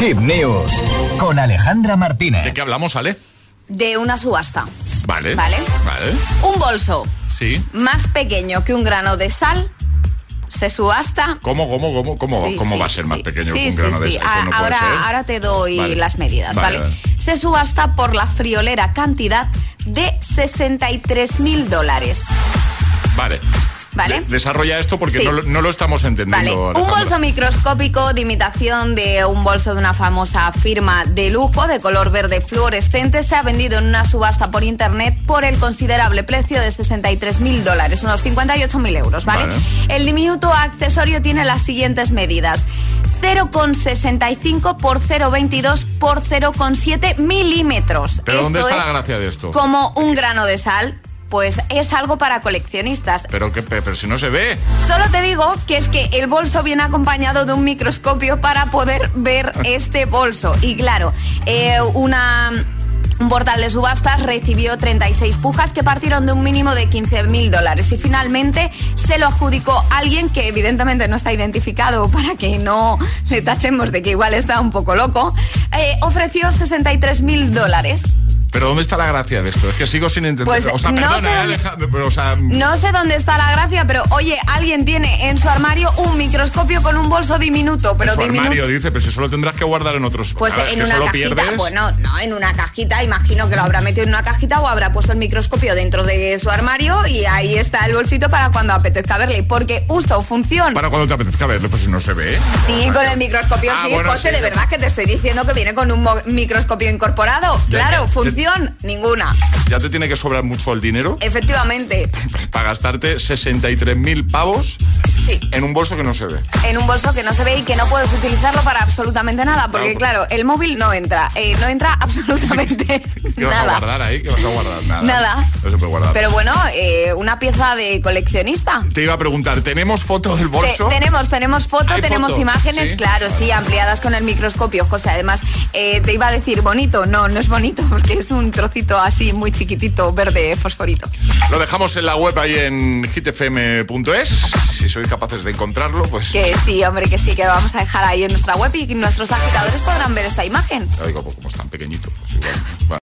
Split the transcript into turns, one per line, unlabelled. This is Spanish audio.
Hit News con Alejandra Martínez.
¿De qué hablamos, Ale?
De una subasta.
Vale.
Vale.
Vale.
Un bolso
Sí.
más pequeño que un grano de sal se subasta.
¿Cómo, cómo, cómo, cómo,
Sí,
cómo
sí,
va a ser más
sí.
pequeño
Sí,
que un
sí,
grano de
sí.
sal?
Ah,
Eso no puede
ahora,
ser.
ahora te doy
Vale.
las medidas,
Vale,
¿vale?
vale.
Se subasta por la friolera cantidad de 63 mil dólares.
Vale.
Vale.
De- desarrolla esto porque
Sí.
no, lo- no lo estamos
Vale,
entendiendo.
un
Alejandra.
bolso microscópico de imitación de un bolso de una famosa firma de lujo de color verde fluorescente se ha vendido en una subasta por internet por el considerable precio de 63 mil dólares, unos 58 mil euros, ¿vale?
Vale.
El diminuto accesorio tiene las siguientes medidas. 0,65 por 0,22 por 0,7 milímetros.
Pero ¿dónde
Esto
está la
es
gracia de esto?
Como un grano de sal, pues es algo para coleccionistas.
Pero, que, pero si no se ve.
Solo te digo que es que el bolso viene acompañado de un microscopio para poder ver este bolso. Y claro, eh, una... Un portal de subastas recibió 36 pujas que partieron de un mínimo de 15 mil dólares y finalmente se lo adjudicó alguien que evidentemente no está identificado para que no le tachemos de que igual está un poco loco. Eh, ofreció 63 mil dólares.
Pero ¿dónde está la gracia de esto? Es que sigo sin entender.
Pues
o sea,
no
perdona,
sé
eh,
dónde- Mm,
Alejandro, pero o sea,
No sé dónde está la gracia, pero oye, alguien tiene en su armario un microscopio con un bolso diminuto, pero
en su
diminuto.
armario dice, pero si solo tendrás que guardar en otros.
Pues
Claro, es
en
que
una
solo
cajita,
pierdes.
bueno, no, en una cajita, imagino que lo habrá metido en una cajita o habrá puesto el microscopio dentro de su armario y ahí está el bolsito para cuando apetezca verle, porque uso, función.
Para cuando te apetezca verlo, pues si no se ve.
Sí, con el microscopio,
Ah,
sí,
bueno,
José,
sí.
de verdad que te estoy diciendo que viene con un mo- microscopio incorporado.
Ya,
claro,
ya.
función, ninguna.
Ya te tiene que sobrar mucho el dinero
Efectivamente,
para gastarte 63.000 pavos
sí.
en un bolso que no se ve.
en un bolso que no se ve y que no puedes utilizarlo para absolutamente nada, porque
Claro.
claro, el móvil no entra, eh, no entra absolutamente
¿Qué vas a
nada.
guardar ahí? ¿Qué vas a guardar? Nada.
Nada.
No se puede guardar.
Pero bueno, eh, una pieza de coleccionista.
Te iba a preguntar, ¿tenemos foto del
Te-
bolso?
tenemos, tenemos foto,
¿Hay
tenemos
foto?
imágenes,
Sí.
claro, sí, ampliadas con el microscopio, José. Además, eh, te iba a decir bonito, no, no es bonito, porque es un trocito así muy chiquitito, verde, fosforito.
Lo dejamos en la web ahí en hitfm.es. Si sois capaces de encontrarlo, pues...
Que sí, hombre, que sí, que lo vamos a dejar ahí en nuestra web y nuestros agitadores podrán ver esta imagen.
Ya digo, pues como es tan pequeñito, pues igual... va.